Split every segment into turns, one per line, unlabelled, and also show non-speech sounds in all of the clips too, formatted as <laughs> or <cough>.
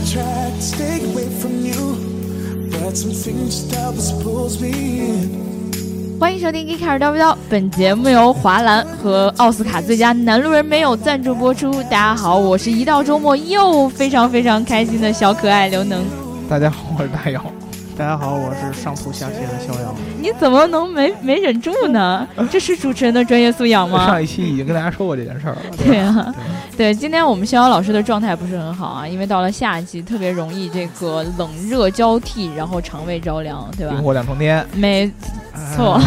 to take away from you, but something just always pulls me in.
欢迎收听《一开始叨不叨》，本节目由华兰和奥斯卡最佳男路人没有赞助播出。大家好，我是一到周末又非常非常开心的小可爱刘能。
大家好，我是大姚。大家好，我是上吐下泻的逍遥。
你怎么能没没忍住 <laughs> 呢？这是主持人的专业素养
我
吗？
上一期已经跟大家说过这件事儿了。
<laughs> 对
吧
啊，对，今天我们逍遥老师的状态不是很好啊，因为到了夏季特别容易这个冷热交替，然后肠胃着凉，对吧
冰？火两重天，哎
没错，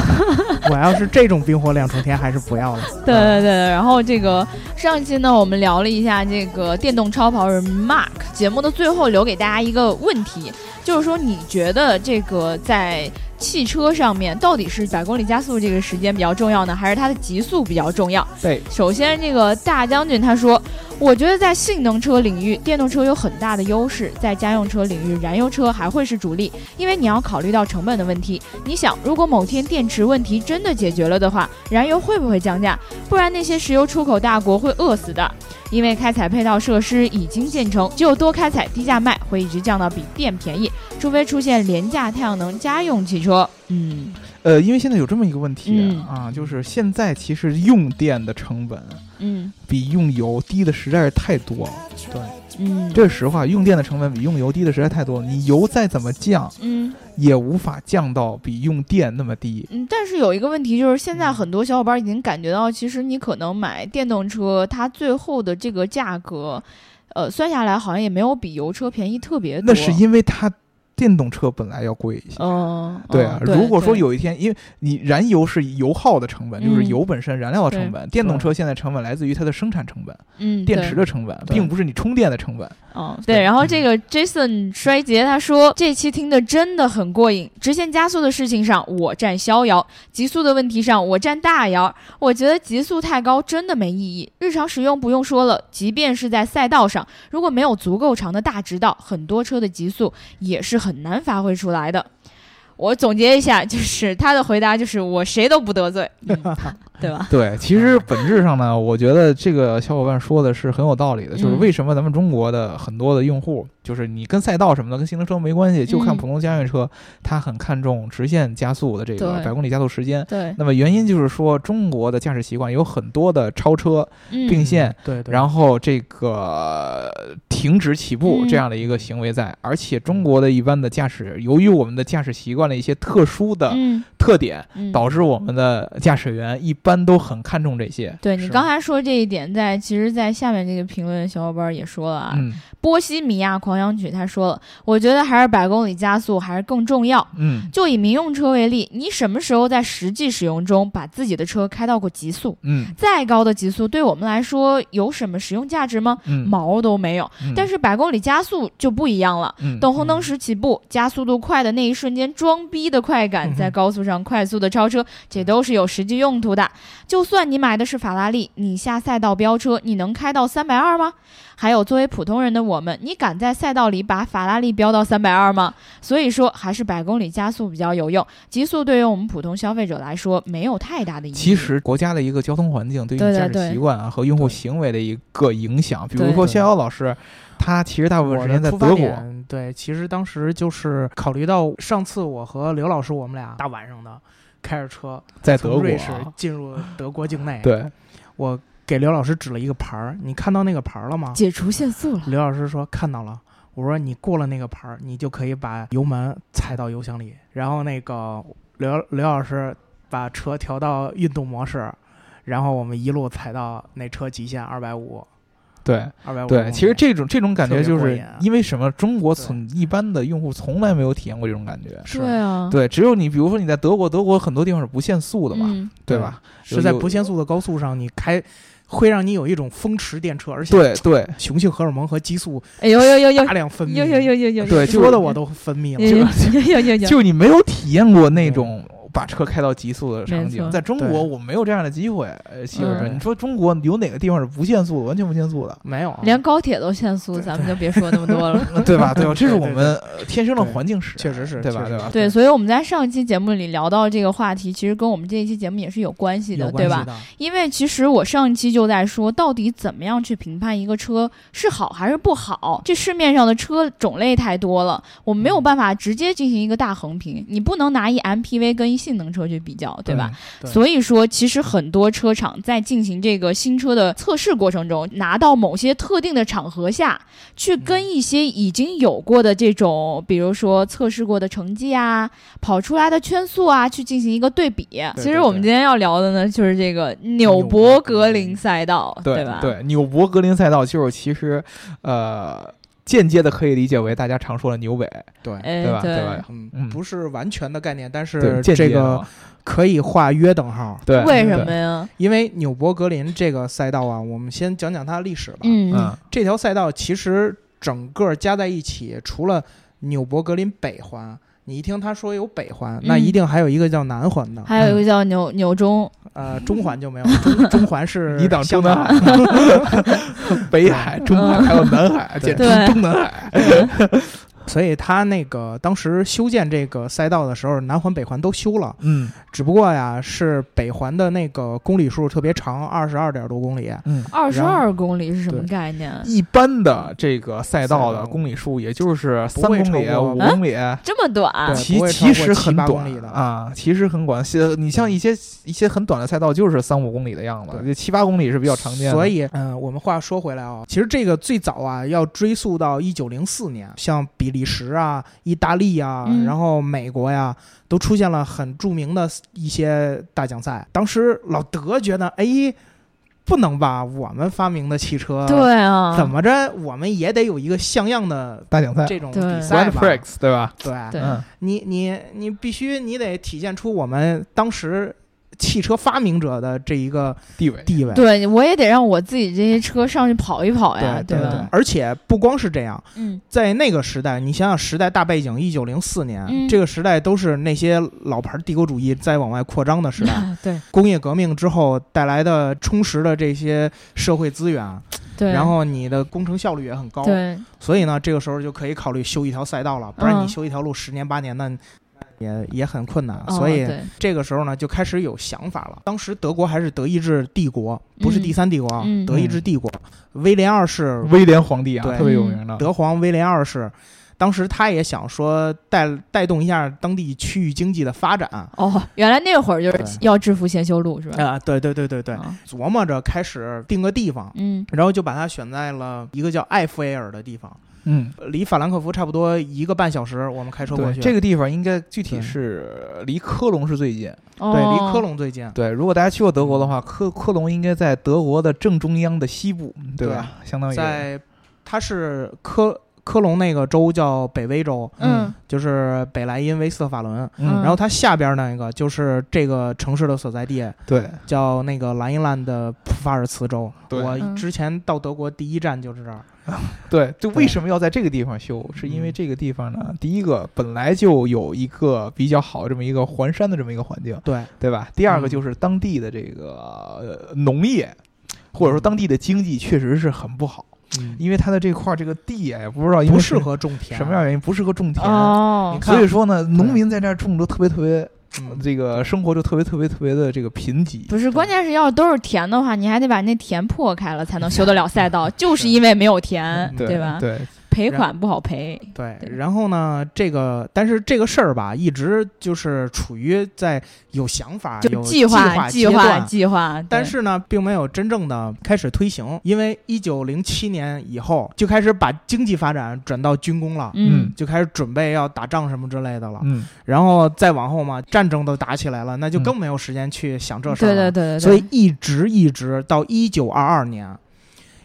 我要是这种冰火两重天，还是不要了。
对对对，然后这个上一期呢，我们聊了一下这个电动超跑人 Mark。节目的最后留给大家一个问题，就是说你觉得这个在汽车上面到底是百公里加速这个时间比较重要呢，还是它的极速比较重要？
对，
首先这个大将军他说，我觉得在性能车领域，电动车有很大的优势，在家用车领域，燃油车还会是主力，因为你要考虑到成本的问题。你想，如果某天电池问题真的解决了的话，燃油会不会降价？不然那些石油出口大国会饿死的。因为开采配套设施已经建成，只有多开采低价卖，会一直降到比电便宜，除非出现廉价太阳能家用汽车。嗯，
呃，因为现在有这么一个问题、
嗯
啊，就是现在其实用电的成本
嗯
比用油低的实在是太多了。
嗯，
这是实话，用电的成本比用油低的实在太多了。你油再怎么降，
嗯
也无法降到比用电那么低。
嗯，但是有一个问题就是，现
嗯
在很多小伙伴已经感觉到，其实你可能买电动车，它最后的这个价格，呃，算下来好像也没有比油车便宜特别多。
那是因为它电动车本来要贵一些。
嗯，嗯
对啊，如果说，有一天，因为你燃油是油耗的成本，就是
嗯
油本身燃料的成本。电动
对
车现在成本来自于它的生产成本、
嗯，
电
对
池的成本，
对
并不是你充电的成本。
哦，
对
对，然后这个 Jason 衰竭他说这期听的真的很过瘾，直线加速的事情上我站逍遥，极速的问题上我站大姚。我觉得极速太高真的没意义，日常使用不用说了，即便是在赛道上，如果没有足够长的大直道，很多车的极速也是很难发挥出来的。我总结一下，就是他的回答就是我谁都不得罪，嗯 <laughs> 对吧？
对，其实本质上呢，我觉得这个小伙伴说的是很有道理的，就是
嗯
为什么咱们中国的很多的用户，就是你跟赛道什么的、跟行程车没关系，就看
嗯
普通家用车，他很看重直线加速的这个
对
百公里加速时间。
对，
那么原因就是说，中国的驾驶习惯有很多的超车，并
嗯，
线，
对对。后
然后这个呃停止起步
嗯
这样的一个行为在，而且中国的一般的驾驶，由于我们的驾驶习惯的一些特殊的
嗯，
特点，
嗯
导致我们的驾驶员一般都很看重这些。
对你
是
刚才说这一点在，其实，在下面这个评论小伙伴也说了啊，
嗯
波西米亚狂想曲》他说了，我觉得还是百公里加速还是更重要。
嗯
就以民用车为例，你什么时候在实际使用中把自己的车开到过极速？
嗯
再高的极速对我们来说有什么使用价值吗？
嗯，
毛都没有。
嗯
但是百公里加速就不一样了。
嗯
等红灯时起步，加速度快的那一瞬间，装逼的快感，
嗯哼
在高速上快速的超车，这都是有实际用途的。就算你买的是法拉利，你下赛道飙车，你能开到三百二吗？还有，作为普通人的我们，你敢在赛道里把法拉利飙到三百二吗？所以说，还是百公里加速比较有用。极速对于我们普通消费者来说，没有太大的意义。
其实国家的一个交通环境对于
对
你驾
对对
驶习惯啊和用户行为的一个影响，比如
对
说
对
逍遥老师，他其实大部分
我
时间在
的出发
德国，
点，对，其实当时就是考虑到上次我和刘老师我们俩大晚上的开着车
在德
从
国啊
瑞士进入德国境内，
对，
我给刘老师指了一个牌儿，你看到那个牌儿了吗？
解除限速了。
刘老师说看到了。我说你过了那个牌儿，你就可以把油门踩到油箱里。然后那个刘刘老师把车调到运动模式，然后我们一路踩到那车极限二百五，
对。
二百五。
对，其实这种这种感觉
啊特别
就
过
是
瘾啊
因为什么？中国
对
从一般的用户从来没有体验过这种感觉。
是
对啊，
对，只有你，比如说你在德国，德国很多地方是不限速的嘛，
嗯，
对吧？
是在
有
不限速的高速上，你开会让你有一种风驰电掣，而且
对对
雄性荷尔蒙和激素
哎呦呦呦呦
大量分泌，
呦呦呦呦呦，
对，就
嗯
说的我都分泌
呦呦
了。
呦呦呦呦，
就你没有体验过那种把车开到极速的场
没错
景。在中国，
对
我没有这样的机会。呃，媳妇儿说，
嗯
你说中国有哪个地方是不限速的，完全不限速
<laughs>
的？
没有啊，
连高铁都限速，
对
咱们就别说那么多
<laughs>
了。
对吧？对吧？这是我
对对
们呃天生的
对
环境使然，
确实是
对吧？
确实
对
是
吧？
对，所以我们在上一期节目里聊到这个话题，其实跟我们这一期节目也是有关系的，
有关
对
系
吧？
的？
因为其实我上一期就在说，到底怎么样去评判一个车是好还是不好？这市面上的车种类太多了，我们没
嗯
有办法直接进行一个大横评，你不能拿一 MPV 跟一性能车去比较，对
嗯
吧？
对
所以说，其实很多车厂在进行这个新车的测试过程中，拿到某些特定的场合下去跟一些已经有过的这种，比如说测试过的成绩啊、跑出来的圈速啊，去进行一个对比。其实我们今天要聊的呢，就是这个纽博格林赛道，
对
吧？
对，纽博格林赛道就是其实，呃，间接的可以理解为大家常说的纽北，
对
哎，
对吧？
对
吧？嗯
嗯，不是完全的概念，但
对，
是
间
这
接啊
个
的
可以画约等号。
对，
为什
对
么？呀？
因为纽博格林这个赛道啊，我们先讲讲它的历史吧。
嗯
嗯，
这条赛道其实整个加在一起，除了纽博格林北环，你一听他说有北环，那
嗯
一定还有一个叫南环的。
还有一个叫纽纽中，
呃，中环就没有，
<laughs>
中中环是
<laughs> 离岛
香
中南
港
海、 <laughs> 北海、中海还有南海，
对
简直
对
中南海。
所以他那个当时修建这个赛道的时候，南环、北环都修了，
嗯
只不过呀，是北环的那个公里数特别长，二十二点多公里。
嗯，
二十
然
二公里是什么
对
概念？
一般的这个赛道
赛
的
道
公里数也就是三
不会
公里、啊
超过
五公里。
这么短
对？
其
不会超
其
过
实
七
很
八公
短
里的
啊，其实很短。像你像一些一些很短的赛道，就是三五公里的样子，
对
就七八公里是比较常见的。
所以，嗯、我们话说回来啊、其实这个最早啊，要追溯到一九零四年，像比利时啊、意大利啊，
嗯
然后美国呀，都出现了很著名的一些大奖赛。当时老德觉得，哎，不能吧，我们发明的汽车，
对啊，
怎么着，我们也得有一个像样的
大奖赛
这种
对
比
g r a
赛
n
吧
p？r i x 对吧？
对，
对
嗯
你你你必须你得体现出我们当时汽车发明者的这一个
地位。
地位。
对，我也得让我自己这些车上去跑一跑呀，
对
吧？
而且不光是这样，
嗯，
在那个时代，你想想时代大背景，一九零四年、
嗯
这个时代都是那些老牌帝国主义在往外扩张的时代，
对
工业革命之后带来的充实的这些社会资源，
对，
然后你的工程效率也很高，
对
所以呢，这个时候就可以考虑修一条赛道了，不然
嗯
你修一条路十年八年那也也很困难，
哦
所以
对
这个时候呢，就开始有想法了。当时德国还是德意志帝国，不是
嗯
第三帝国啊，
嗯
德意志帝国。威廉二世，
威廉皇帝啊，
对
特别有名的。
德皇威廉二世，当时他也想说带带动一下当地区域经济的发展。啊、
哦，原来那会儿就是
对
要制服先修路是吧？
对对对对对，
啊
琢磨着开始定个地方，
嗯
然后就把它选在了一个叫埃弗埃尔的地方，
嗯，
离法兰克福差不多一个半小时，我们开车过
对，
去。
这个地方应该具体
对
是离科隆是最近。
哦，
对，离科隆最近。啊
对，如果大家去过德国的
嗯
话，科科隆应该在德国的正中央的西部，对吧？相当于
嗯在它是科科隆那个州叫北威州，
嗯
就是北莱茵威斯特法伦。
嗯
嗯，
然后它下边那个就是这个城市的所在地，
对，
叫那个莱茵兰的普法尔茨州。
对
我
嗯
之前到德国第一站就是这儿。
对，就
对
为什么要在这个地方修？是因为
嗯
这个地方呢，第一个本来就有一个比较好的这么一个环山的这么一个环境，
对，
对吧？第二个
嗯
就是当地的这个呃农业，或者说当地的经济确实是很不好，
嗯，
因为它的这块儿这个地啊，也不知道因为
不
是
适合啊种田。啊
什么样原因，不适合种田。
哦
你，看
所以说呢，农民在这儿种的特别特别，
嗯？
这个生活就特别特别特别的这个贫瘠。
不是，关键是要是都是田的话，你还得把那田破开了才能修得了赛道，就是
是
因为没有田，
对
吧？
对，
赔款不好赔，
对
对，
然后呢，这个但是这个事儿吧，一直就是处于在有想法、
就
有
计
划、
计
阶
划
段
计划，
但
对
是呢，并没有真正的开始推行，因为一九零七年以后就开始把经济发展转到军工了。
嗯
嗯
就开始准备要打仗什么之类的了，
嗯，
然后再往后嘛，战争都打起来了，那就更没有时间去想这事
嗯
儿
对
了。
对对对，
所以一直一直到一九二二年，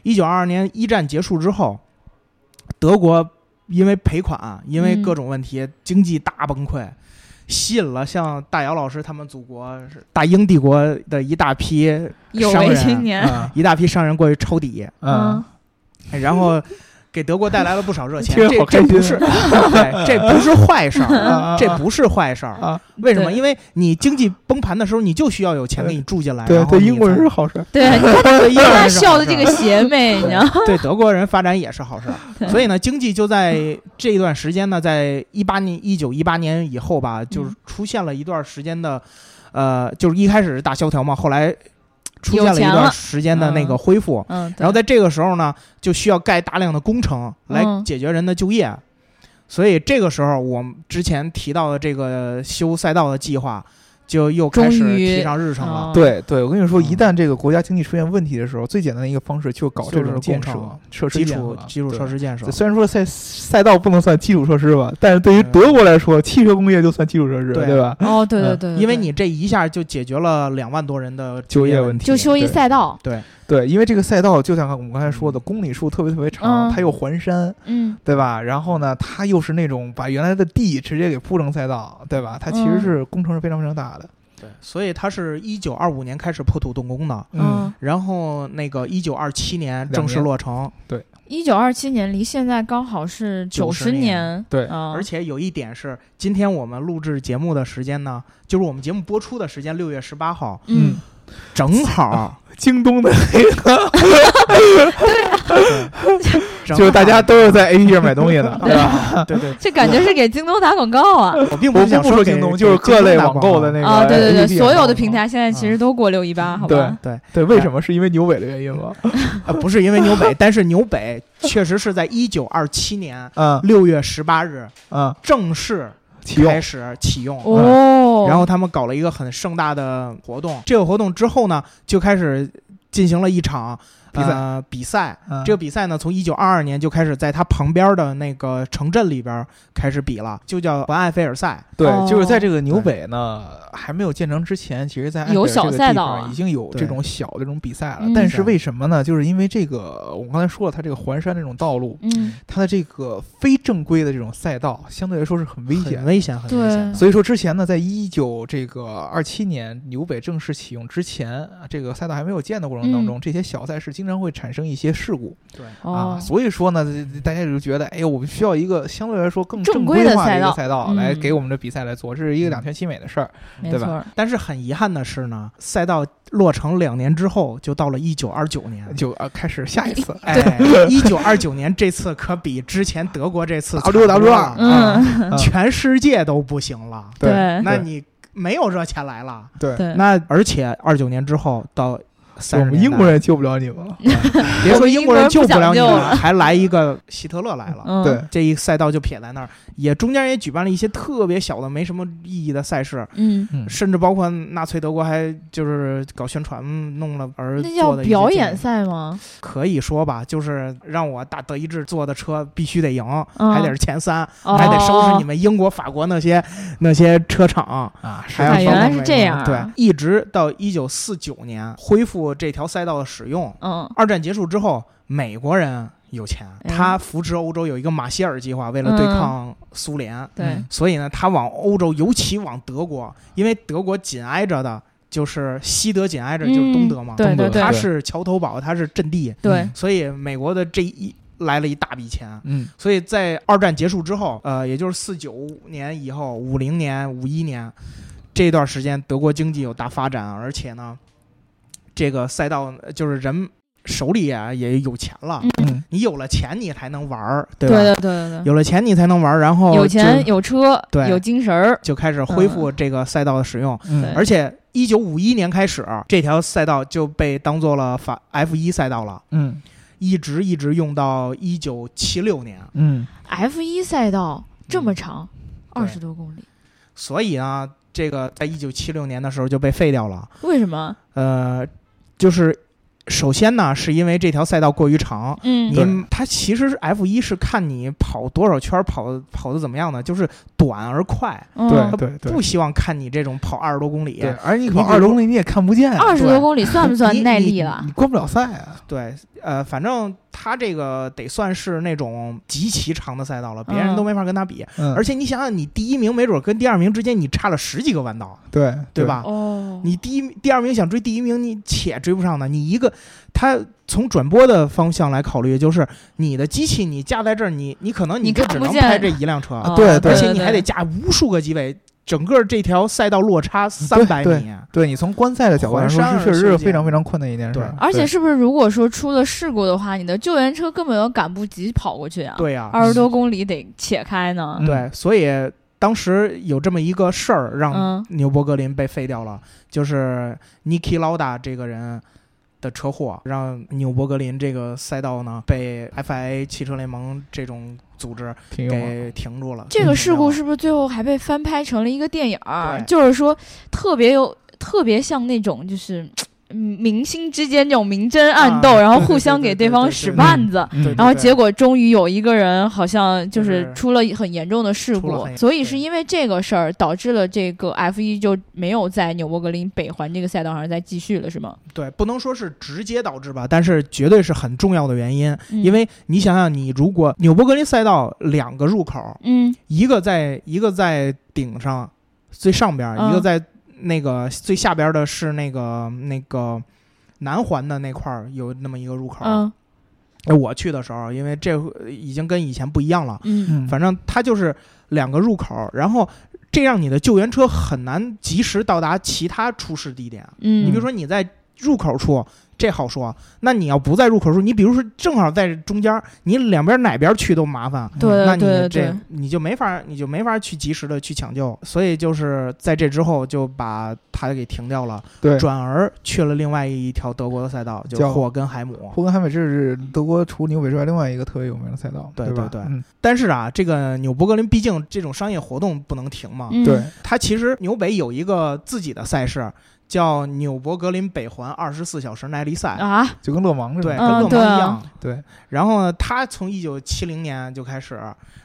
一九二二年一战结束之后，德国因为赔款，因为
嗯
各种问题，经济大崩溃，吸引了像大姚老师他们祖国大英帝国的一大批
有
商
为
人
青年，
啊
<laughs> 一大批商人过去抄底，
啊，
然后给德国带来了不少热钱。
<laughs> 听着
这
好开
这
心
不是，对，这不是 <laughs> 坏事儿，
<laughs> 啊
这不是坏事儿。
啊，
为什么？
对
因为你经济崩盘的时候，你就需要有钱给你住进来。
对
然后
对，
哎你嗯
英国人
才
是好事，
对，你看
对英国
他
<laughs>
人是
笑
好
的这
事
个邪魅，你知道吗？
对德国人发展也是好事儿
<laughs>
对，
所以呢，经济就在这一段时间呢，在一八年、一九一八年以后吧，就是出现了一段时间的，呃，就是一开始是大萧条嘛，后来出现
有
了一
钱
段
了
时间的那个
嗯
恢复，
嗯，对
然后在这个时候呢，就需要盖大量的工程来
嗯
解决人的就业，所以这个时候我们之前提到的这个修赛道的计划，就又开始
终于
提上日程了。
哦
对对，我跟你说，
嗯
一旦这个国家经济出现问题的时候，最简单的一个方式就是搞这
就是
种建设
工程、
设施
基
建
础
设
基础设。施建设
对，虽然说赛赛道不能算基础设施吧，但是对于德国来说，汽车工业就算基础设施，
嗯对
对吧？
哦，对对
嗯
对，对
因为
对
你这一下就解决了两万多人的
就业
业
问
问
题
就修一
对
赛道，
对，因为这个赛道就像我们刚才说
嗯
的，公里数特别特别长，
嗯
它又环山，
嗯，
对吧？然后呢，它又是那种把原来的地直接给铺成赛道，对吧？它其实
嗯
是工程是非常非常大的。
对，所以它是一九二五年开始破土动工的，
嗯，
然后那个一九二七年正式
两年
落成，
哦一九二七年离现在刚好是九
90
十
年
年，
对
啊，
而且有一点是，今天我们录制节目的时间呢，就是我们节目播出的时间六月十八号，
嗯，
正
<laughs>
好，
京东的，
正好
就是大家都是在 APP 上买东西
<laughs>
的，对吧？
对对，
这感觉是给京东打广告啊。
我并不
我
是
不
想
不说
给
京东，就是
给
各类
打
网
广
购
告
的那个
啊，对对对，
APP
所有的
上
平台现在
嗯
其实都过六一八，好
对
吧？
对，为什么？是因为牛尾的原
<laughs>
因吗？
呃不是因为纽北，但是纽北确实是在一九二七年
嗯
六月十八日
嗯，
正式
启
开
用
始启用。
哦，
嗯然后他们搞了一个很盛大的活动。这个活动之后呢，就开始进行了一场
比赛
呃比赛。
嗯
这个比赛呢，从一九二二年就开始在它旁边的那个城镇里边开始比了，就叫环埃菲尔赛。
对，
哦
就是在这个纽北呢还没有建成之前，其实在埃菲尔
有小
这个
赛
地
道
方
啊
已经有这
对
种小的这种比赛了
嗯。
但是为什么呢？就是因为这个，我们刚才说了，它这个环山这种道路，
嗯，
它的这个非正规的这种赛道，相对来说是很危
很
险。
危险，很危险
对
的。
所以说之前呢，在一九这个二七年纽北正式启用之前，这个赛道还没有建的过程当中，这些小赛事经常会产生一些事故。
对，
嗯哦
啊，，所以说呢，这这大家就觉得，哎呦，我们需要一个相对来说更
正
正
规的
化的
赛
一个
道
赛道来
嗯
给我们的比赛来做，这是一个两全其美的事儿。
没
对
错
吧
儿，
但是很遗憾的是呢，赛道落成两年之后，就到了一九二九年。
就呃开始下
<laughs>
一次
哎， <laughs> 一九二九年这次可比之前德国这次
W W
惨多了啊
嗯，
嗯
全世界都不行了。
对嗯
那你没有热钱来了，
对，
<laughs> 对，
那而且二九年之后到
我
三十
们英国人救不了你们了。
嗯
别说英国人救不了你
我们英国人不讲究
了，还来一个希特勒来了。
嗯，
对，
这一赛道就撇在那儿，也中间也举办了一些特别小的、没什么意义的赛事，
嗯，
嗯
甚至包括纳粹德国还就是搞宣传，弄了而
那叫
做的一些
表
这
演
种，
赛吗？
可以说吧，就是让我大德意志坐的车必须得赢，
嗯
还得是前三，
哦
还得收拾你们英国、法国那些那些车厂。
啊，是
还要
啊，
放
原来
纵
是
那
这
个
样，啊
对，，一直到一九四九年恢复这条赛道的使用。
嗯，
二战结束之后，美国人有钱，
哎嗯
他扶持欧洲有一个马歇尔计划，为了对抗苏联，
对
嗯，
所以呢，他往欧洲，尤其往德国，因为德国紧挨着的就是西德，紧挨着就是东德嘛，
嗯对
东
对
德
对
它
对
是桥头堡，它是阵地，
对，
所以美国的这一来了一大笔钱。
嗯
所以在二战结束之后，呃，也就是四九年以后，五零年、五一年这段时间，德国经济有大发展，而且呢，这个赛道呃就是人手里啊也有钱了，
嗯，
你有了钱你才能玩儿，对
对
吧？
对对对对，
有了钱你才能玩儿，然后
有钱
哦就
有车
对
有精神儿，
就开始恢复这个赛道的使用，
嗯
对
而且。一九五一年开始，这条赛道就被当做了法 F 一赛道了，
嗯
一直一直用到一九七六年。
嗯
F 一赛道这么
嗯
长，
对
二十多公里，
所以呢，这个在一九七六年的时候就被废掉了。
为什么？
呃，就是首先呢，是因为这条赛道过于长。
嗯
对
你它其实 F 一是看你跑多少圈儿，跑跑的怎么样呢？就是短而快，
对
它
嗯，
不希望看你这种跑二十多公里。
对，而你
你
跑
比
二十
如
公里你也看不见，
二十多
对
公里算不算
你
耐
你
力了
你？关不了赛啊。
对呃，反正它这个得算是那种极其长的赛道了，别人
嗯
都没法跟它比。
嗯，
而且你想想，你第一名没准跟第二名之间你差了十几个弯道，
对
对吧？
哦，
你第一、第二名想追第一名，你且追不上呢。你一个他从转播的方向来考虑，就是你的机器你架在这儿，你你可能
你
你就
看
只
不
能
见
拍这一辆车，
哦
对对
而且你还
对
得架无数个机位，整个这条赛道落差三百
对
米啊。
对你从观赛的角度来说
环山，
是确实
而
是
修
非常
建
非常困难一件事
对
儿。
而且
对
是不是如果说出了事故的话，你的救援车根本都赶不及跑过去啊？，
对呀、
二十多公里得切开呢。
嗯
对，所以当时有这么一个事儿，
嗯
让牛伯格林被废掉了，就是 Niki Lauda 这个人的车祸，让纽伯格林这个赛道呢被 FIA 汽车联盟这种组织
挺用了。
给停住了。
这个事故
停
是不是最后还被翻拍成了一个电影儿？
嗯对
就是说，特别有，特别像那种就是。嗯，明星之间这种明争暗斗，
啊
然后
对对
互
对
相
对
给
对
方
对
使
对
绊子，
嗯
对
然后结果终于有一个人好像就是
就是
出了很严重的事
出了
故
很，严
所以是
对
因为这个事儿导致了这个 F 一就没有在纽博格林北环这个赛道上再继续了，是吗？
掉了对，不能说是直接导致吧，但是绝对是很重要的原因。
嗯
因为你想想，你如果纽伯格林赛道两个入口，
嗯
一个在一个在顶上最上边儿，
嗯
一个在那个最下边儿的是那个那个南环的那块儿有那么一个入口。
嗯
哎我去的时候，因为这回已经跟以前不一样了，
嗯
嗯，
反正它就是两个入口，然后这让你的救援车很难及时到达其他出事地点。
嗯，
你比如说你在入口处。这好说，那你要不在入口处，你比如说正好在中间儿，你两边儿哪边儿去都麻烦，
对
那
对
你
呃对
这
对，
你就没法，你就没法去及时的去抢救，所以就是在这之后就把他给停掉了，
对。
转而去了另外一条德国的赛道，就
叫
霍根海姆。
霍根海姆是德国除纽北之外另外一个特别有名的赛道，
对
吧？
对对
嗯
但是啊，这个纽伯格林毕竟这种商业活动不能停嘛，
嗯
对，
他其实纽北有一个自己的赛事叫纽伯格林北环二十四小时耐力赛，
啊，
就跟勒芒似
对，
的，
嗯
跟勒芒
对啊
一样。
对，
然后呢，他从一九七零年就开始，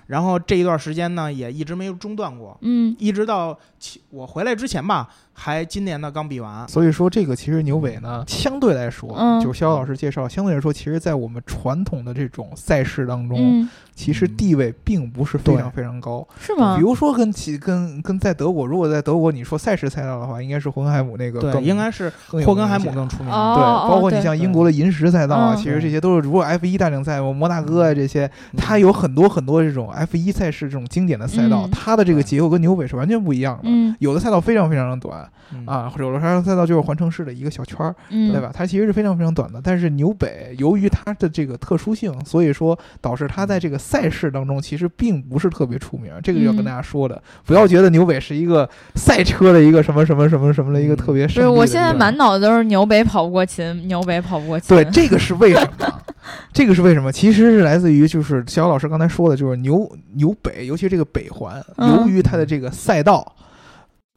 然后这一段时间呢也一直没有中断过。
嗯
一直到其我回来之前吧，还今年呢刚比完。
所以说这个其实纽北呢，相对来说，
嗯
就是肖老师介绍，相对来说，其实，在我们传统的这种赛事当中，
嗯，
其实地位并不是非常非常高。
是吗
比？如说跟其跟跟在德国，如果在德国你说赛事赛道的话，应该是霍根海姆那个
对，
更
应该是
更有
霍根海
明
姆
显
更出名。嗯
哦
对，包括你
对
像英国的银石赛道啊，
嗯
其实这些都是如果 F 一大龄赛，摩纳哥啊这些，
嗯
它有很多很多这种 F 一赛事这种经典的赛道，
嗯
它的这个结构跟纽北是完全不一样的。
嗯
有的赛道非常非常的短
嗯
啊，有的赛道赛道就是环城市的一个小圈儿，
嗯，
对吧？它其实是非常非常短的。但是纽北由于它的这个特殊性，所以说导致它在这个赛事当中其实并不是特别出名。这个
嗯
要跟大家说的，不要觉得纽北是一个赛车的一个什么什么什么什么的一个特别
嗯不
圣地
是，
的一个。
我现在满脑子都是纽北跑不过秦，纽北跑不过秦。
对，这个是为什么？ <laughs> 这个是为什么？其实是来自于就是小老师刚才说的，就是纽纽北，尤其这个北环，
嗯
由于它的这个赛道。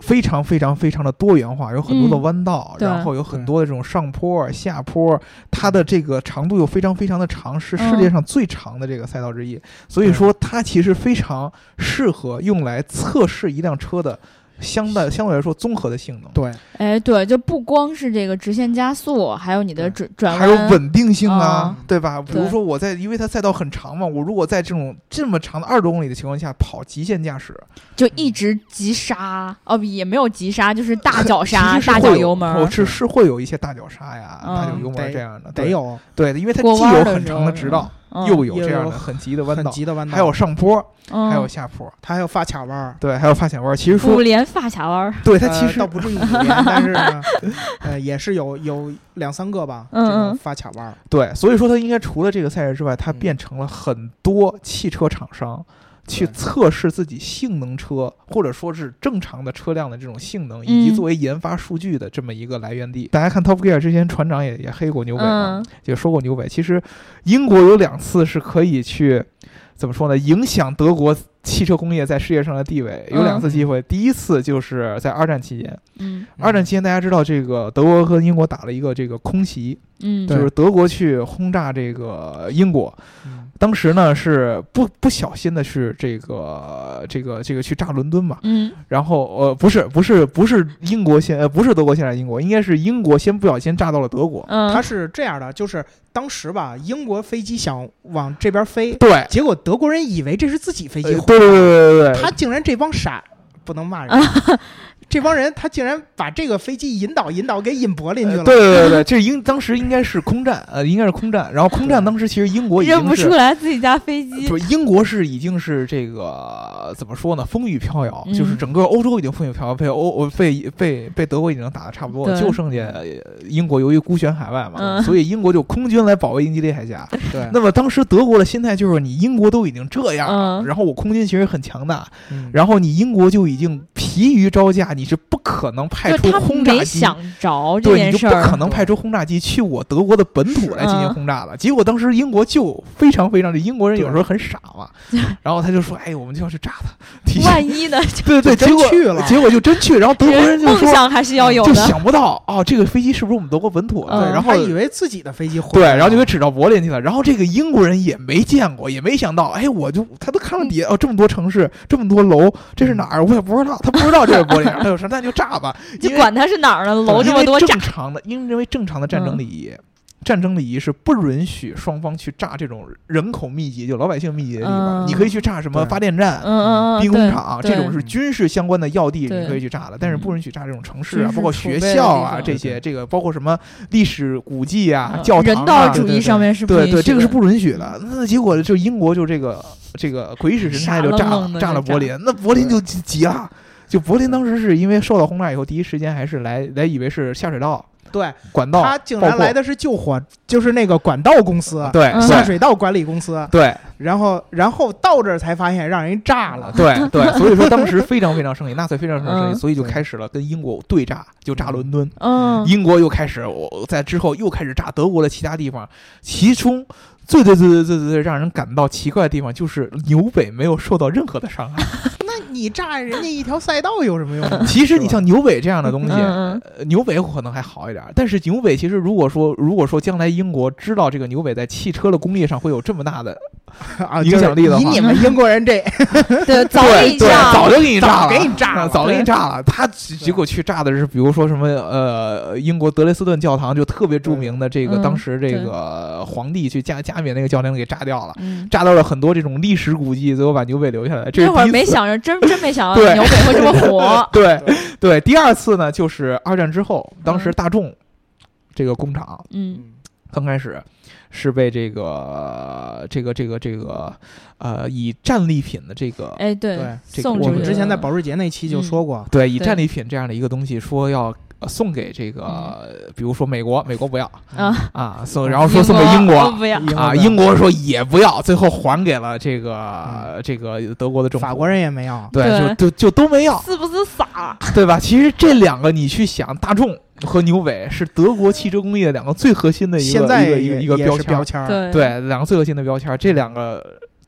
非常非常非常的多元化，有很多的弯道，
嗯对
然后有很多的这种上坡、下坡，它的这个长度又非常非常的长，是
嗯
世界上最长的这个赛道之一。所以说，它其实非常适合用来测试一辆车的相对相对来说综合的性能。
对，
哎，对，就不光是这个直线加速，还有你的转转
还有
弯，
稳定性啊，
嗯
对吧？比如
对
说我在，因为它赛道很长嘛，我如果在这种这么长的二十多公里的情况下跑极限驾驶，
就一直急刹，哦，也没有急刹，就是大脚刹、
其实是
大
会
脚
有
油门
我
儿。
是是会有一些大脚刹呀、
嗯
大脚油门
得
这样的，
得
对
有
对的，因为它既
过弯
有
的
很
时
长的
候
直道，
嗯
又有
也
这样
有
的很急的弯
很
道，
急的弯道，
还有上坡，
嗯
还有下坡，
他还有发卡弯
<laughs>
儿。
对，还有发卡弯。其实
五
说，
连发卡弯儿，
对它其
呃
实
倒不至于五连，但是呢， <laughs> 呃，也是有有两三个吧，
嗯
这种
嗯
发卡弯儿。
对，所以说它应该除了这个赛事之外，它
嗯
变成了很多汽车厂商去
对
测试自己性能车，或者说是正常的车辆的这种性能，以及
嗯
作为研发数据的这么一个来源地。大家看 Top Gear 之前，船长也也黑过牛北嘛，
嗯
也说过牛北。其实英国有两次是可以去怎么说呢，影响德国。汽车工业在世界上的地位有两次机会，第一次就是在二战期间。
嗯
二战期间，大家知道这个德国和英国打了一个这个空袭，
嗯，
就是德国去轰炸这个英国，
嗯，
当时呢是不不小心的去这个这个这个去炸伦敦嘛，
嗯
然后呃不是不是不是英国先呃不是德国先炸英国，应该是英国先不小心炸到了德国，
嗯，
他是这样的，就是当时吧，英国飞机想往这边飞，
对，呃
结果德国人以为这是自己飞
对
机，
哎对对对对对，
他竟然这帮傻，不能骂人，这帮人他竟然把这个飞机引导引导给引柏林去
呃
了。
对对对对，这应当时应该是空战，呃，应该是空战。然后空战当时其实英国已经
认不
是
出来自己家飞机
不，是英国是已经是这个怎么说呢？风雨飘摇，就是
嗯
整个欧洲已经风雨飘摇，被欧被被被德国已经打的差不多了，
对
就剩下呃英国由于孤悬海外嘛，
嗯
所以英国就空军来保卫英吉利海峡。
对
那么当时德国的心态就是，你英国都已经这样了，
嗯
然后我空军其实很强大，
嗯
然后你英国就已经疲于招架，你是不可能派
就
出
他
轰炸
没
机。
想着这
对，
件
你
事
就不
儿，
可能派出轰炸机去我德国的本土来进行
嗯
轰炸了。结果当时英国就非常非常，这英国人有时候很傻嘛，然后他就说：“哎，我们就要去炸他。”提前
万
<laughs>
一呢？就
对对，
就真
结果
去了
结果就真去。然后德国人就
梦
说，
想还是要有
就
的。
想不到哦，这个飞机是不是我们德国本土的？
嗯
对然后
他以为自己的飞机毁
对，
了，
然后就给指到柏林去了。然后这个英国人也没见过，也没想到，哎，我就他都看到底下哦这么多城市，这么多楼，这是哪儿？我也不知道，他不知道这是柏林。他就说那就炸吧，
<laughs> 就
因为
管它是哪儿呢，楼
因
这么
为
多，炸
正常的，因为正常的战争
嗯
礼仪。战争礼仪是不允许双方去炸这种人口密集、就老百姓密集的地方。
嗯
你可以去炸什么
对
发电站、
嗯嗯嗯，
兵
对
工厂这种
对
是军事相关的要地，
对
你可以去炸的，但是不允许炸这种城市啊，
军事
包括
储
学
备的
校
地
啊
方
这些，这个包括什么历史古迹啊、
嗯
教堂、啊、
人道主
对
义上面是不
对
允
对，
许
这个是
的
不允许的。那结果就英国就这个这个鬼使神差就炸
傻愣愣
了
的
炸了
就
柏林，那柏林就急急了。就柏林当时是因为受到轰炸以后，第一时间还是来来以为是下水道
对
管道
他竟
爆
然
破
来的是救火，就是那个管道公司，
对
嗯
下
对
水道管理公司，
对
然后然后到这儿才发现让人炸了。
对对，所以说当时非常非常生气，纳粹非常非常生
嗯
气，所以就开始了跟英国对炸，就炸伦敦。
嗯，
英国又开始，我在之后又开始炸德国的其他地方，其中最最最最最最让人感到奇怪的地方就是纽北没有受到任何的伤害。
那你炸人家一条赛道有什么用
<laughs>
<laughs> 啊？
其实你
是吧
像纽北这样的东西，
嗯嗯
呃纽北可能还好一点儿，但是纽北其实如果说如果说将来英国知道这个纽北在汽车的工业上会有这么大的
啊，
影
就是
响力的
以
话
你们英国人这
<laughs>
对，早
对
一
对，
下，
早就给你炸了，
早给你炸了
啊早给你炸了。他只结果去炸的是，比如说什么呃，英国德累斯顿教堂就特别著名的这个，
嗯
当时这
对
个皇帝去加加冕那个教堂给炸掉了，
嗯，
炸到了很多这种历史古迹，最后把牛北留下来。这是
那会儿
第一
没
次
想着，真真没想到
<laughs> 对。
牛北会这么火
<laughs> 对对，第二次呢，就是二战之后，当时
嗯
大众这个工厂
嗯，
刚开始是被这个这个这个这个呃以战利品的这个
哎，对
对，
这个
送
我
出
<laughs> 我
去
们之前在
了
保时捷那期就说过，
对以
对
战利品这样的一个东西，说要。呃送给这个，
嗯
比如说美国，美国不要
啊，
啊，送然后说送给英
哦
国
不要，
啊，英国说也不要，最后还给了这个这个德国的政府。
法国人也没要，
对，
嗯对
就就就都没要，
是不是傻？
对吧？其实这两个你去想，大众和牛尾是德国汽车工业两个最核心的一个
现在
一个一个
也
一个
也
标
是
签儿
标，签儿，
对
嗯对，两个最核心的标签儿，这两个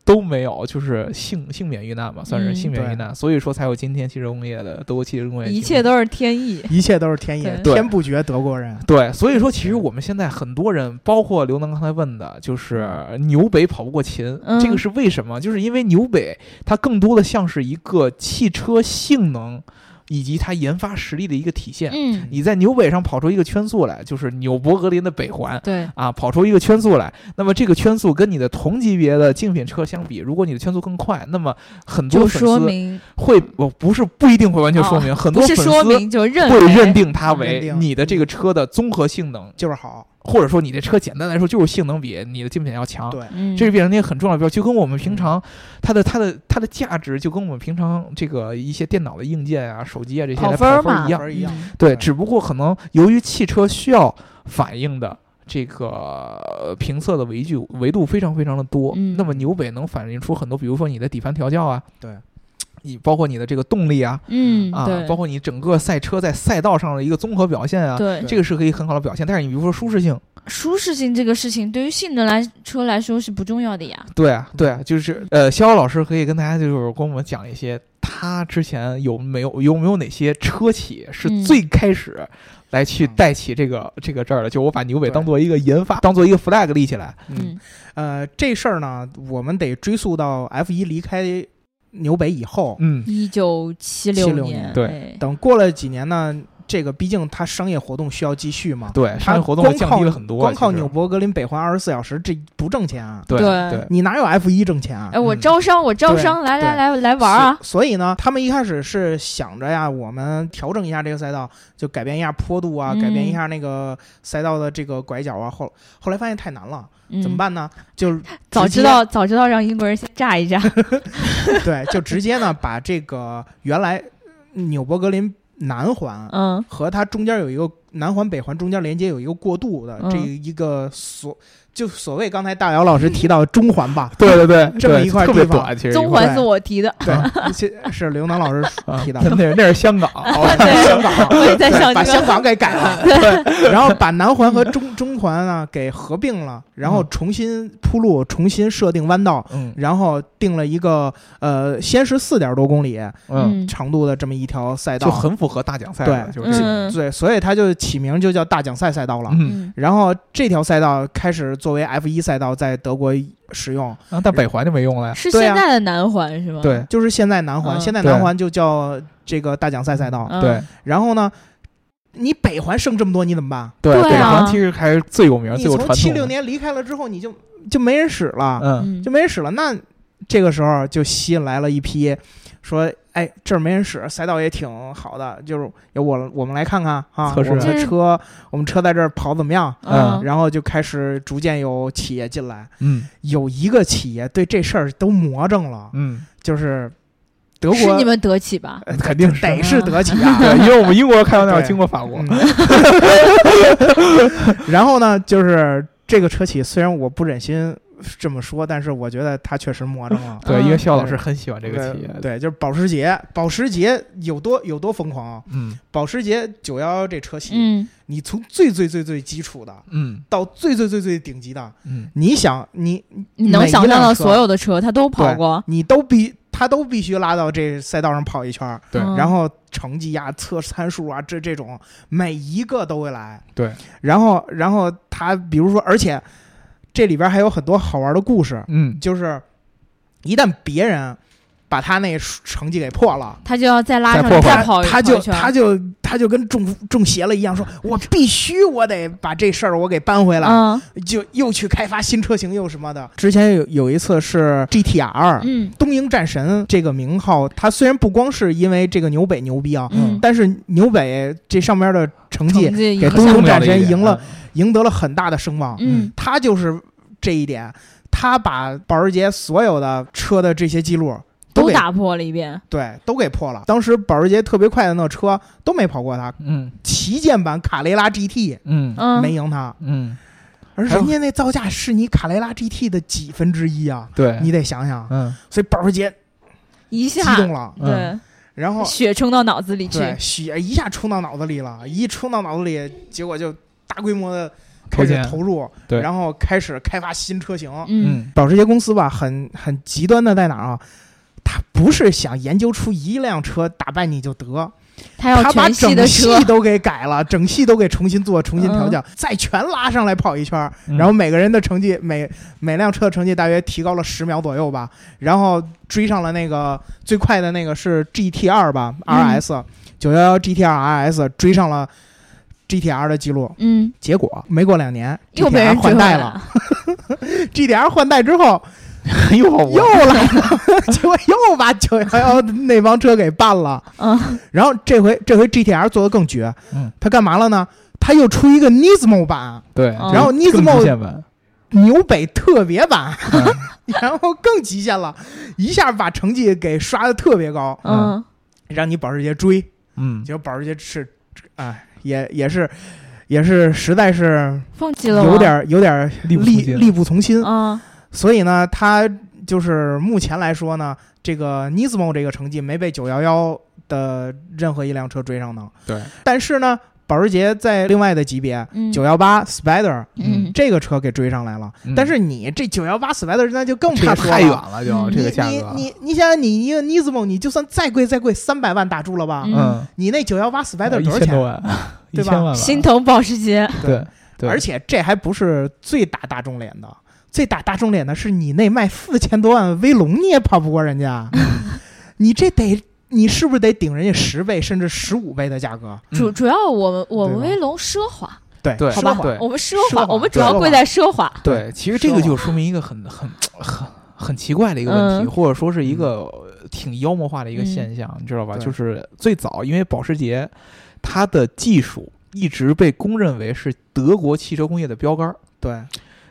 都没有，就是幸幸免遇难嘛，算是
嗯
幸免遇难，所以说才有今天汽车工业的德国汽车工业
一
今
切
天
都是天意。 <laughs>
一切都是天意，
对
天不绝德国人。
对，所以说其实我们现在很多人，包括刘能刚才问的，就是纽北跑不过秦，
嗯
这个是为什么？就是因为纽北它更多的像是一个汽车性能以及它研发实力的一个体现。
嗯，
你在纽北上跑出一个圈速来，就是纽博格林的北环
对，
啊，跑出一个圈速来。那么这个圈速跟你的同级别的竞品车相比，如果你的圈速更快，那么很多
就
粉
说
丝
明哦
会不不是不一定会完全说明，很
不
多
是
粉
说
丝
明就认
会
为
认定它
认
为
定嗯
你的这个车的综合性能，
就是好，
或者说你这车简单来说就是性能比你的竞品要强。
对嗯
嗯，
这是变成一个很重要的标，就跟我们平常它的它的它的价值，就跟我们平常这个一些电脑的硬件啊、手机啊这些
跑
来
分
跑
儿
分
嘛
儿一样
分。儿一样。
对，
对
只不过可能由于汽车需要反映的这个呃评测的维度维度非常非常的多，
嗯
那么纽北能反映出很多，比如说你的底盘调教啊，
对，
你包括你的这个动力啊
嗯，
啊
对，，
包括你整个赛车在赛道上的一个综合表现啊，
对
这个是可以很好的表现。但是你比如说舒适性，
舒适性这个事情，对于性能来车来说是不重要的呀。
对啊
嗯
对啊，就是呃，逍遥老师可以跟大家就是跟我们讲一些。他之前有没有有没有哪些车企是
嗯
最开始来去
嗯
带起这个、这个这儿的？就我把纽北当做一个研发，当做一个 flag 立起来。
嗯，
呃，这事儿呢，我们得追溯到 F 一离开纽北以后，
嗯，
一九七
76
年，
年
对
哎
等过了几年呢，这个毕竟它商业活动需要继续嘛，
对，商业活动
它
是降低了很多啊，
光靠
其实
纽博格林北环二十四小时这不挣钱啊，
对
对
对
你哪有 F 一挣钱啊？
哎，我
嗯，
招商，我招
对
商，来来
对
来来玩儿啊！
所！所以呢，他们一开始是想着呀，我们调整一下这个赛道，就改变一下坡度啊，
嗯
改变一下那个赛道的这个拐角啊。后后来发现太难了，怎
嗯？
么办呢？
<laughs>
就
早
直接
知道早知道让英国人先炸一炸。
<laughs> 对，就直接呢把这个原来纽伯格林南环
嗯
和它中间有一个南环北环中间连接有一个过渡的
嗯
这一个所，就所谓刚才大姚老师提到中环
<laughs>
吧
对对对，
这么
对
一块
特别
地方
短，其实
中
环
环是我提
<laughs>
的，
对，是是刘能老师
啊 <laughs>
提到
那
的。
那是香
<laughs>
港，啊
对，
香港，
我也在想
把
这
香
个。
港给改了，然后把南环
嗯
和中中环啊给合并了，然后重新铺路，重新设定弯道， <laughs>
嗯
然后定了一个呃，先是四点多公里
嗯，
长度的这么一条赛道，
就很符合大奖赛了，
嗯对
就是这个
嗯
对，所以它就起名就叫大奖赛赛道了。
嗯，
嗯，
然后这条赛道开始作为 F 一赛道在德国使用，
啊但北环就没用了呀，
是
对
现
啊
在的南环是吗？
嗯对
就是现在南环，
嗯
现在
对
南环就叫这个大奖赛赛道。
嗯
对
然后呢，你北环剩这么多，你怎么办？
对
对
北
啊
环其实还是最有名、
你
最有
从
传统的。
七六年离开了之后，你就就没人使了。
嗯，
嗯
就没人使了。那这个时候就吸引来了一批说，哎，这儿没人使，赛道也挺好的，就是有我我们来看看啊，
测试
我们
就
的
是
车，我们车在这儿跑怎么样？
嗯
然后就开始逐渐有企业进来，
嗯
有一个企业对这事儿都魔怔了，
嗯，
就是德国
是你们德企吧？
<laughs>
呃
肯定是
得是德企
<laughs>
啊，
对，因为我们英国开玩笑
对
经过法国
嗯，然后呢，就是这个车企虽然我不忍心这么说，但是我觉得它确实魔怔了。
对，
嗯
因为肖老师很喜欢这个企业，
对，对，就是保时捷，保时捷有多有多疯狂啊！
嗯
保时捷911这车型，
嗯
你从最最最最基础的
嗯
到最最最最顶级的，
嗯，
你想你
你能
每一
想象
辆
到
车
所有的车，他都跑过。
你都必他都必须拉到这赛道上跑一圈儿，
对
嗯
然后成绩呀、测参数啊，这这种每一个都会来。
对，
然后然后他比如说，而且这里边还有很多好玩的故事，
嗯
就是一旦别人把他那成绩给破了。
他就要再拉上
再破
再
坏
跑一
他就
跑一圈
他就他就跟中中邪了一样，说我必须我得把这事儿我给扳回来，
嗯
就又去开发新车型又什么的。之前有有一次是 GTR，、
嗯
东瀛战神这个名号，它虽然不光是因为这个纽北牛逼啊，
嗯，
但是纽北这上面的成绩
成绩
给
也
东
很
瀛
好
战神赢了，赢得了很大的声望，
嗯
他就是这一点，他把保时捷所有的车的这些记录
都
给
打破了一遍。
对，都给破了。当时保时捷特别快的那车都没跑过他，
嗯
旗舰版卡雷拉 GT
嗯
嗯，
没赢他，
嗯，
而
还有
人家那造价是你卡雷拉 GT 的几分之一啊，
对，
你得想想。
嗯
所以保时捷
一
激
下
动了，
对
嗯
然后
血冲到脑子里去。
对血一下冲到脑子里了，一冲到脑子里，结果就大规模的
投
开始
钱
投入，
对
然后开始开发新车型。
嗯
嗯
保时捷公司吧，很很极端的在哪儿啊？他不是想研究出一辆车打败你就得，
他要
他把
全系的
整
车嗯
系，都给改了，整系都给重新做、重新调教，再全拉上来跑一圈儿，
嗯
然后每个人的成绩，每每辆车的成绩大约提高了十秒左右吧，然后追上了那个最快的那个是 GT 二吧
嗯
，RS 九幺幺 GT 二 RS 追上了 GTR 的记录，
嗯，
结果没过两年
又被人
，GTR
追
换
回来
代了。，GTR 换代之后
<laughs> 又
又
我
来了， <laughs> 结果又把九幺幺那帮车给办了。
嗯
然后这回这回 GTR 做的更绝，
嗯，
他干嘛了呢？他又出一个 Nismo 版、
对，
嗯
然后
尼斯
Nismo <laughs>
版，
纽北特别版， <laughs>
嗯
然后更极限了，一下把成绩给刷的特别高，
嗯
让你保时捷追。
嗯
结果保时捷是，哎，也也是也是实在是
放弃了吗
有点儿有点儿
力
力
不从心
力不从心，
嗯
所以呢，他就是目前来说呢，这个 Nismo 这个成绩没被911的任何一辆车追上呢。
对，
但是呢，保时捷在另外的级别
嗯
918 Spider
嗯
这个车给追上来了。
嗯
但是你这918 Spider 那就更别
差
说
太远
了。
了，就
嗯
这个价
你
格，
你你你想想，你一个 Nismo，你就算再贵再贵，三百万打住了吧？
嗯
嗯，哦
你那918 Spider
啊一
多少
千多
钱？啊
万，一
<laughs> 对吧
千万吧，
心疼保时捷，
对对，
而且这还不是最打大众脸的，最打大众
<laughs>
脸的是你那卖四千多万的威龙，你也跑不过人家，你这得你是不是得顶人家十倍甚至十五倍的价格？
主主要我们我们
对吧
威龙奢华，
对
对
好
奢
吧
华对，
我们奢
奢华
华，我们主要贵在奢华。
对，其实这个就说明一个很很很很奇怪的一个问题，
嗯
或者说是一个挺妖魔化的一个现象，你知道吧？
嗯对
就是最早，因为保时捷它的技术一直被公认为是德国汽车工业的标杆儿，
对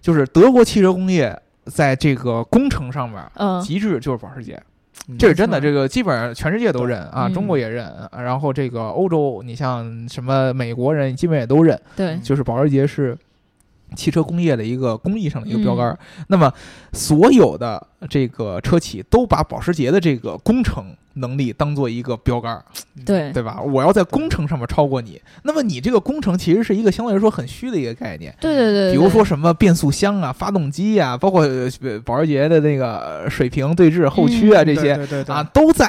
就是德国汽车工业在这个工程上面。
嗯，
极致就是保时捷，
嗯
这是真的，
没
这
错
个基本上全世界都认啊，
嗯
中国也认，啊然后这个欧洲，你像什么美国人，基本也都认。
对，
就是保时捷是汽车工业的一个工艺上的一个标杆儿。那么，所有的这个车企都把保时捷的这个工程能力当做一个标杆儿，
对，
对吧？我要在工程上面超过你，那么你这个工程其实是一个相对来说很虚的一个概念。
对对对，
比如说什么变速箱啊、发动机啊，包括呃保时捷的那个水平对置、后驱啊这
对
些，
对对对
啊，都在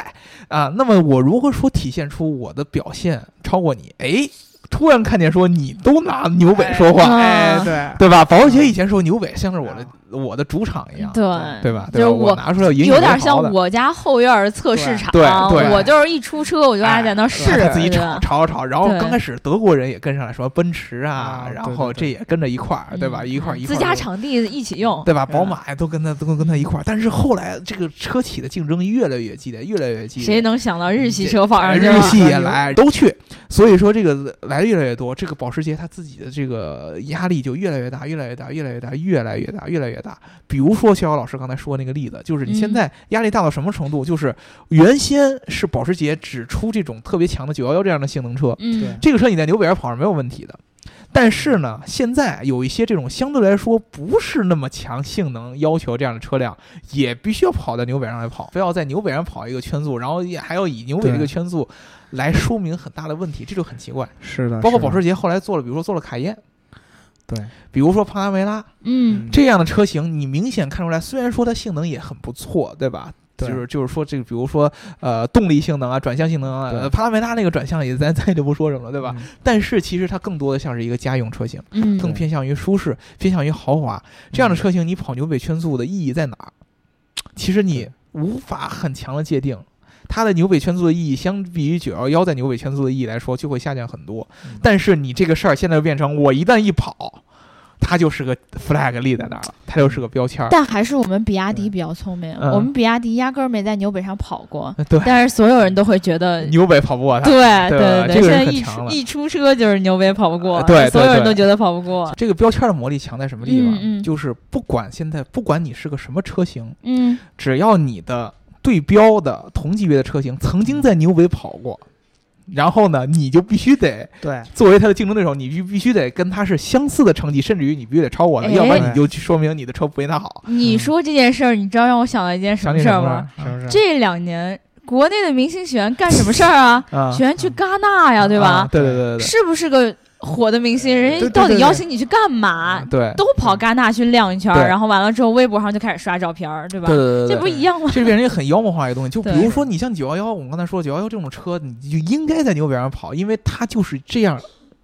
啊。那么我如何说体现出我的表现超过你？哎，突然看见说你都拿牛尾说话，
哎
啊
对，
对吧？保时捷以前说牛尾像是我的
啊
我的主场一样，
对
对吧？
就
对吧？
是
我
我
拿出来引以
有
为
点像
豪的。
我家后院儿菜市场，
对对
我就是一出车我就爱在那儿试，
他自己
对
吵
吧
吵吵，然后
对
刚开始德国人也跟上来，说奔驰啊
啊，
然
对
后
对
这
对
也跟着一块儿，对吧？
嗯
一块儿一块
自
儿
家
用
场地一起用，
对吧？宝
嗯
马呀，都跟他都跟他一块儿，但是后来这个车企的竞争越来越激烈，越来越激烈。
谁能想到日系车放上去
嗯哎日
了？
系也来，都去。所以说这个来的越来越多，这个保时捷它自己的这个压力就越来越大，越来越大，越来越大，越来越大，越来越大。比如说逍遥老师刚才说那个例子，就是你现
嗯
在压力大到什么程度？就是原先是保时捷只出这种特别强的911这样的性能车，
嗯
对，
这个车你在牛北上跑是没有问题的。但是呢，现在有一些这种相对来说不是那么强性能要求这样的车辆，也必须要跑在牛北上来跑，非要在牛北上跑一个圈速，然后也还要以牛北
对
这个圈速来说明很大的问题，这就很奇怪。
是的，
包括
是
保
的
时捷后来做了，比如说做了卡宴，
对
比如说帕拉梅拉
嗯，
这样的车型，你明显看出来，虽然说它性能也很不错，对吧？就
对
是就是说这个，比如说呃动力性能啊，转向性能啊，
对
呃帕拉梅拉那个转向也咱咱也就不说什么了，对吧？
嗯
但是其实它更多的像是一个家用车型，
嗯
更
对
偏向于舒适，偏向于豪华。这样的车型，你跑牛北圈速的意义在哪儿？其实你
对
无法很强的界定。它的牛北圈速的意义，相比于九幺幺在牛北圈速的意义来说，就会下降很多
嗯。
但是你这个事儿现在就变成，我一旦一跑，它就是个 flag 立在那儿了，它就是个标签儿。
但还是我们比亚迪比较聪明，
嗯
我们比亚迪压根儿没在牛北上跑过，
对，
但是所有人都会觉觉得
牛北跑不过它。
对
对吧
对
这
现在
个是很
一
强
出
了
一出车就是牛北跑不过，
对对
所有人
对
都觉得跑不过。
这个标签儿的魔力强在什么地方？
嗯嗯
就是不管现在，不管你是个什么车型，
嗯，
只要你的对标的同级别的车型曾经在牛尾跑过，然后呢，你就必须得
对
作为它的竞争对手，你必必须得跟它是相似的成绩，甚至于你必须得超过它，
哎
要不然你就说明你的车不没它好。
你
嗯
说这件事儿，你知道让我想到一件什
想
么
起
事
什
儿
么
吗？
了？
是不是？
这两年国内的明星喜欢干什么事儿啊？
<laughs> 啊，
喜欢去戛纳呀，对吧
啊？对对对对对
是不是个火的明星？人家
对对
到底
对
邀
对
请你去干嘛？
啊对
都跑戛纳去亮一圈
对
儿，然后完了之后，微博上就开始刷照片儿，对吧？
对对
这
对对
不
对。
一样吗？
<laughs> 这变成一个很妖魔化的一个东西，就比
对
如说你像九幺幺，我们刚才说九幺幺这种车，你就应该在牛尾上跑，因为它就是这样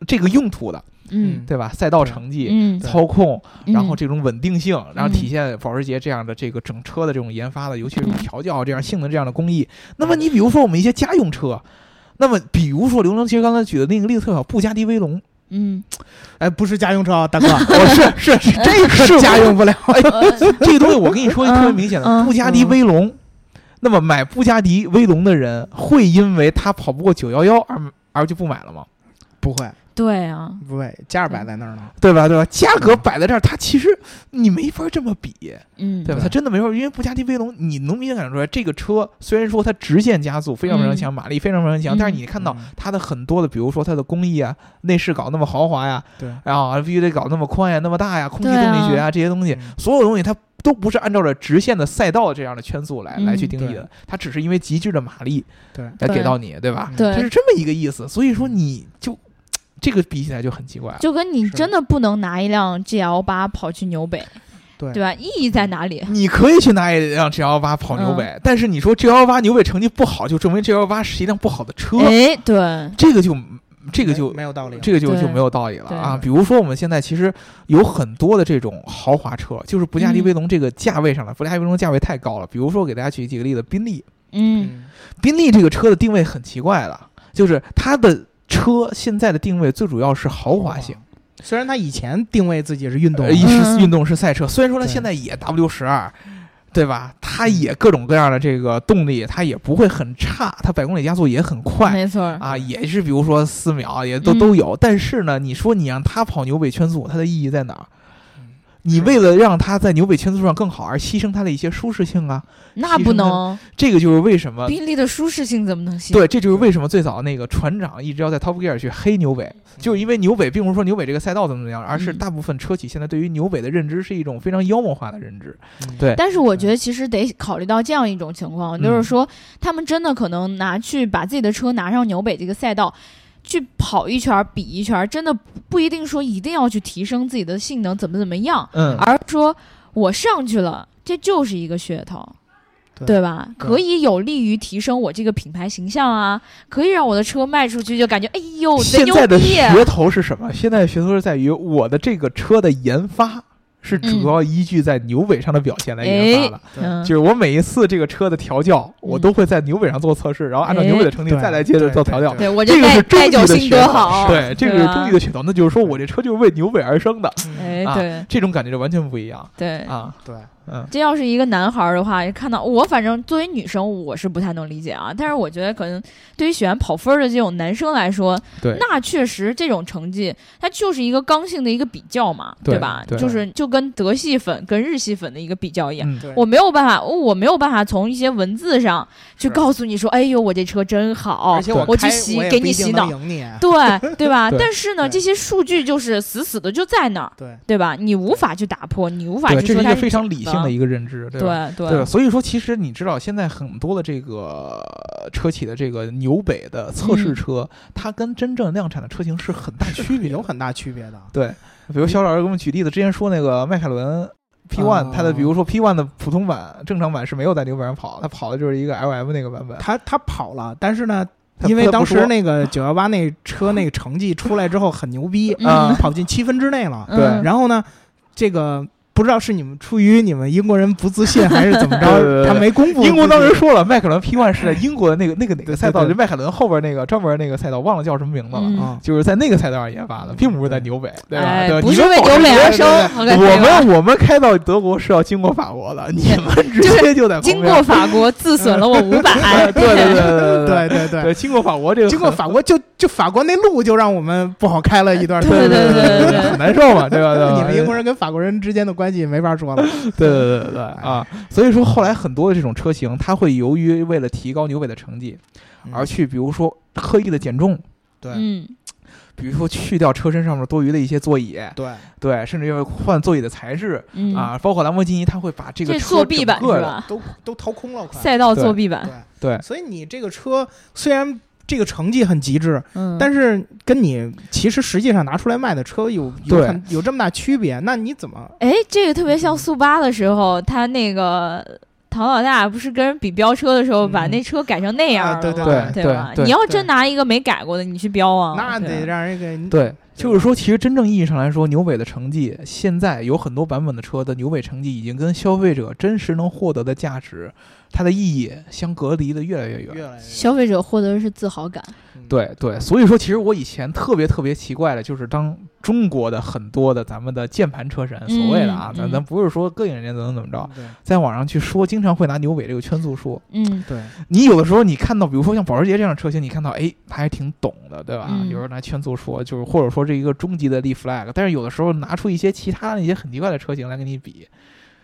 这个用途的，
嗯
对吧？赛道成绩、
嗯，
操控，
嗯
然后这种稳定性，然后
嗯
体现保时捷这样的这个整车的这种研发的，尤其是调教这样性能这样的工艺。那么你比如说我们一些家用车，那么比如说刘能其实刚才举的那个例子特好，布加迪威龙，
嗯，
哎，不是家用车啊，大哥，
哦 <laughs> 是是是，这个是
家
家用
用不了。
<laughs> 这个东西，我跟你说一个特别明显的，
嗯嗯
布加迪威龙。那么买布加迪威龙的人，会因为他跑不过九幺幺而而就不买了吗？
不会，
对啊，
不会，加二百在那儿呢。
对吧？对吧？价格摆在这儿，它其实你没法这么比。
嗯，
对吧？
对
它真的没法，因为布加迪威龙，你能明显感觉出来，这个车虽然说它直线加速非常非常强，马力非常非常强，
嗯
但是你看到
嗯
它的很多的，比如说它的工艺啊，内饰搞那么豪华呀，
对，
然后啊必须得搞那么宽呀、那么大呀，空气
对啊
动力学啊这些东西，
嗯
所有东西它都不是按照着直线的赛道这样的圈速来
嗯
来去定义的，它只是因为极致的马力
对，
来给
对
到你，对吧？
对
它嗯是这么一个意思，所以说你就这个比起来就很奇怪了。
就跟你
是
真的不能拿一辆 GL 八跑去纽北，
对
对吧？意义在哪里？
你可以去拿一辆 G L 八跑牛北，
嗯
但是你说 G L 八牛北成绩不好，就证明 G L 八是一辆不好的车，
哎，对，
这个就这个就
没没有道理了。
这个就
对
就没有道理了啊！
对
比如说我们现在其实有很多的这种豪华车，就是布加迪威龙这个价位上了，布加迪威龙价位太高了。比如说给大家举几个例子，宾利，
嗯
嗯
宾利这个车的定位很奇怪了，就是它的车现在的定位最主要是豪华性，
虽然他以前定位自己是运动
呃，
嘛，
一
嗯
是运动是赛车，虽然说它
对嗯
现在也 W 十二。对吧？它也各种各样的这个动力，它也不会很差，它百公里加速也很快，
没错儿，
啊，也是比如说四秒啊也都、
嗯
都有，但是呢，你说你让他跑牛尾圈速，它的意义在哪儿
嗯？
你为了让他在牛尾圈速上更好，而牺牲他的一些舒适性啊，
那
提
不
升它
能。
这个就是呃为什么
宾利的舒适性怎么能行？
对，这就是为什么最早那个船长一直要在 Top Gear 去黑牛尾，就是因为牛尾并不是说牛尾这个赛道怎么怎么样，而是
嗯
大部分车企现在对于牛尾的认知是一种非常妖魔化的认知。
嗯
对
但是我觉得其实得考虑到这样一种情况，就是
嗯
说他们真的可能拿去把自己的车拿上纽北这个赛道。去跑一圈儿比一圈儿，真的不不一定说一定要去提升自己的性能怎么怎么样，
嗯，
而说我上去了，这就是一个噱头，
对
吧？
对
可以有利于提升我这个品牌形象啊，可以让我的车卖出去就感觉哎呦
<laughs>
贼
现
牛
在的
逼，啊
噱头是什么？现在的噱头是在于我的这个车的研发是主要依据在牛尾上的表现来研发的。
嗯，
就是我每一次这个车的调教，我都会在牛尾上做测试，然后按照牛尾的成绩
哎
再来接着做调教。
对
对我
这个
带
是
带
终极
酒
的
心
噱
得
头，
好，啊
对，这个是终
吧
极的噱头，那就是说我这车就是为牛尾而生的，
哎
啊
对
这种感觉就完全不一样
对
啊。
对，
嗯，
这要是一个男孩儿的话，看到我，反正作为女生，我是不太能理解啊。但是我觉得，可能对于喜欢跑分儿的这种男生来说，
对
那确实这种成绩，它就是一个刚性的一个比较嘛，
对
吧？
对
就是就跟德系粉跟日系粉的一个比较一样。
嗯
对
我没有办法，我没有办法从一些文字上去
是啊
告诉你说，哎呦，我这车真好，
而且我
我去
开
洗
我也
给
不
你
一定
洗
能
脑
赢你，
<laughs>
对对吧？
对
但是呢，
对
这些数据就是死死的就在那儿，
对，
对吧？你无法去打破，你无法
对，
去
这
说
是一
它
个
是
非常理
假
性的一个认知，对吧？
对对
对，所以说其实你知道，现在很多的这个呃车企的这个纽北的测试车，它跟真正量产的车型是很 <laughs> 大
<laughs>
区别的。
有很大区别的。
对，比如肖老师给我们举例子，之前说那个迈凯伦 P
哦
One，它的比如说 P One 的普通版、正常版是没有在纽北上跑，它跑的就是一个 LM 那个版本。
他他跑了，但是呢，
他
因为
他不
当时
说
那个九幺八那车那个成绩出来之后很牛逼，
嗯
啊
跑进七分之内了。
嗯
对
然后呢，这个不知道是你们出于你们英国人不自信还是怎 <laughs> 么
对对
着，
对
他没公布自己。
英国当时说了，迈凯伦 P One 是在英国的那个那个哪个赛道，
对对对
就迈凯伦后边那个专门那个赛道，忘了叫什么名字了。
嗯
啊，
就是在那个赛道上研发的，并不是在纽北，对吧？
哎
对吧
不
你
是
们
为
保
纽
持
北而
对
生，我感觉啊
我们我们开到德国是要经过法国的，你们直接就在旁边
经过法国自损了我五百
哎，，对对对对
对
对
对
对
对，
经过法国这个
经过
很
法国就就法国那路就让我们不好开了一段时
对
间。
对对对对
很难受嘛，对吧？
<laughs>
对
<laughs>
吧
你们英国人跟法国人之间的关系没法说了。
对对对对对啊！所以说后来很多的这种车型，它会由于为了提高牛尾的成绩，而去比如说刻意的减重。
嗯对
嗯，
比如说去掉车身上面多余的一些座椅，
对，
对，甚至要换座椅的材质、
嗯，
啊，包括兰博基尼，它会把这个
这
车
作弊版
整个
是
的啊
吧？
都都掏空了快。
赛道
对
作弊版，
对
所以你这个车虽然这个成绩很极致，
嗯，
但是跟你其实实际上拿出来卖的车有有
对
很有这么大区别，那你怎么？
哎，这个特别像速八的时候，他那个。唐老大不是跟人比飙车的时候，
嗯
把那车改成那样了吗、
啊对
对
对
对
吧
对对
你要
对
真拿一个没改过的，你去飙啊，
那得让人给你
对，就是说，其实真正意义上来说，牛尾的成绩，现在有很多版本的车的牛尾成绩已经跟消费者真实能获得的价值，它的意义相隔离的越来越
越
远。
来越
消费者获得的是自豪感。
嗯
对对，所以说，其实我以前特别特别奇怪的，就是当中国的很多的咱们的键盘车神，所谓的啊
嗯，
咱
嗯
咱不是说膈应人家怎么怎么着，
对
在网上去说，经常会拿牛尾这个圈速说。
嗯
对
你有的时候你看到，比如说像保时捷这样的车型，你看到哎，他还挺懂的，对吧？
嗯
有时候拿圈速说，就是或者说这一个终极的立 flag，但是有的时候拿出一些其他的一些很奇怪的车型来跟你比，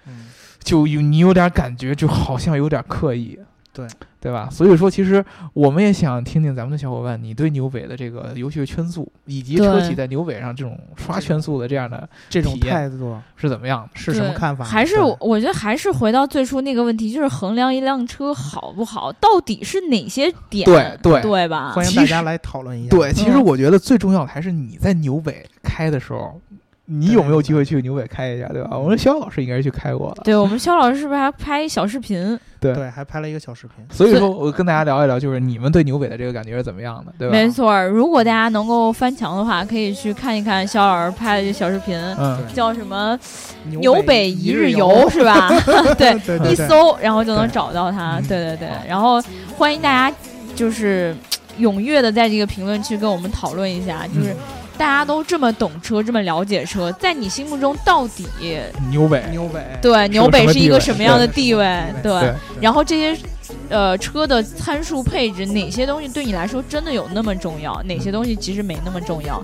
嗯
就有你有点感觉，就好像有点刻意，
对
对吧？所以说，其实我们也想听听咱们的小伙伴，你对牛尾的这个，尤其是圈速以及
对
车企在牛尾上这种刷圈速的这样的
这种
体验
态度
啊
是怎么样的？
是什么看法？
还是
对
我我觉得还是回到最初那个问题，就是衡量一辆车好不好，到底是哪些点，
对对
对吧？
欢迎
其
大
实
家来讨论一下。
对，其实
嗯
我觉得最重要的还是你在牛尾开的时候，你有没有机会去牛北开一下，对吧？我们肖老师应该是去开过了，
对我们肖老师是不是还拍小视频？
对
对，还拍了一个小视频。
所以说我跟大家聊一聊，就是你们对牛北的这个感觉是怎么样的，对吧？
没，错儿，如果大家能够翻墙的话，可以去看一看肖老师拍的这小视频，
嗯，
叫什么“
牛
牛北一日游”是吧？ <laughs> 对，
对对
一
对，
搜然后就能找到他。对对对，然后欢迎大家就是踊跃的在这个评论区跟我们讨论一下，就是大家都这么懂车，这么了解车，在你心目中到底
嗯牛北，
牛北
对牛北是一个什么样的地位
对？
对，
对
然后这些。呃，车的参数配置，哪些东西对你来说真的有那么重要？哪些东西其实没那么重要？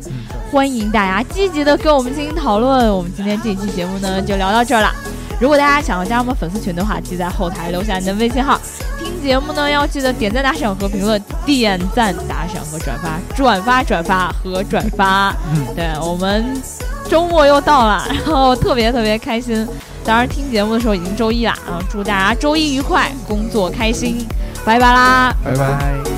欢迎大家积极的跟我们进行讨论。我们今天这期节目呢，就聊到这儿了。如果大家想要加我们粉丝群的话，记得在后台留下你的微信号。听节目呢，要记得点赞、打赏和评论，点赞、打赏和转发，转发、转发和转发。
嗯
对我们周末又到了，然后特别特别开心。当然，听节目的时候已经周一了啊，祝大家周一愉快，工作开心，拜拜啦！
拜拜。
拜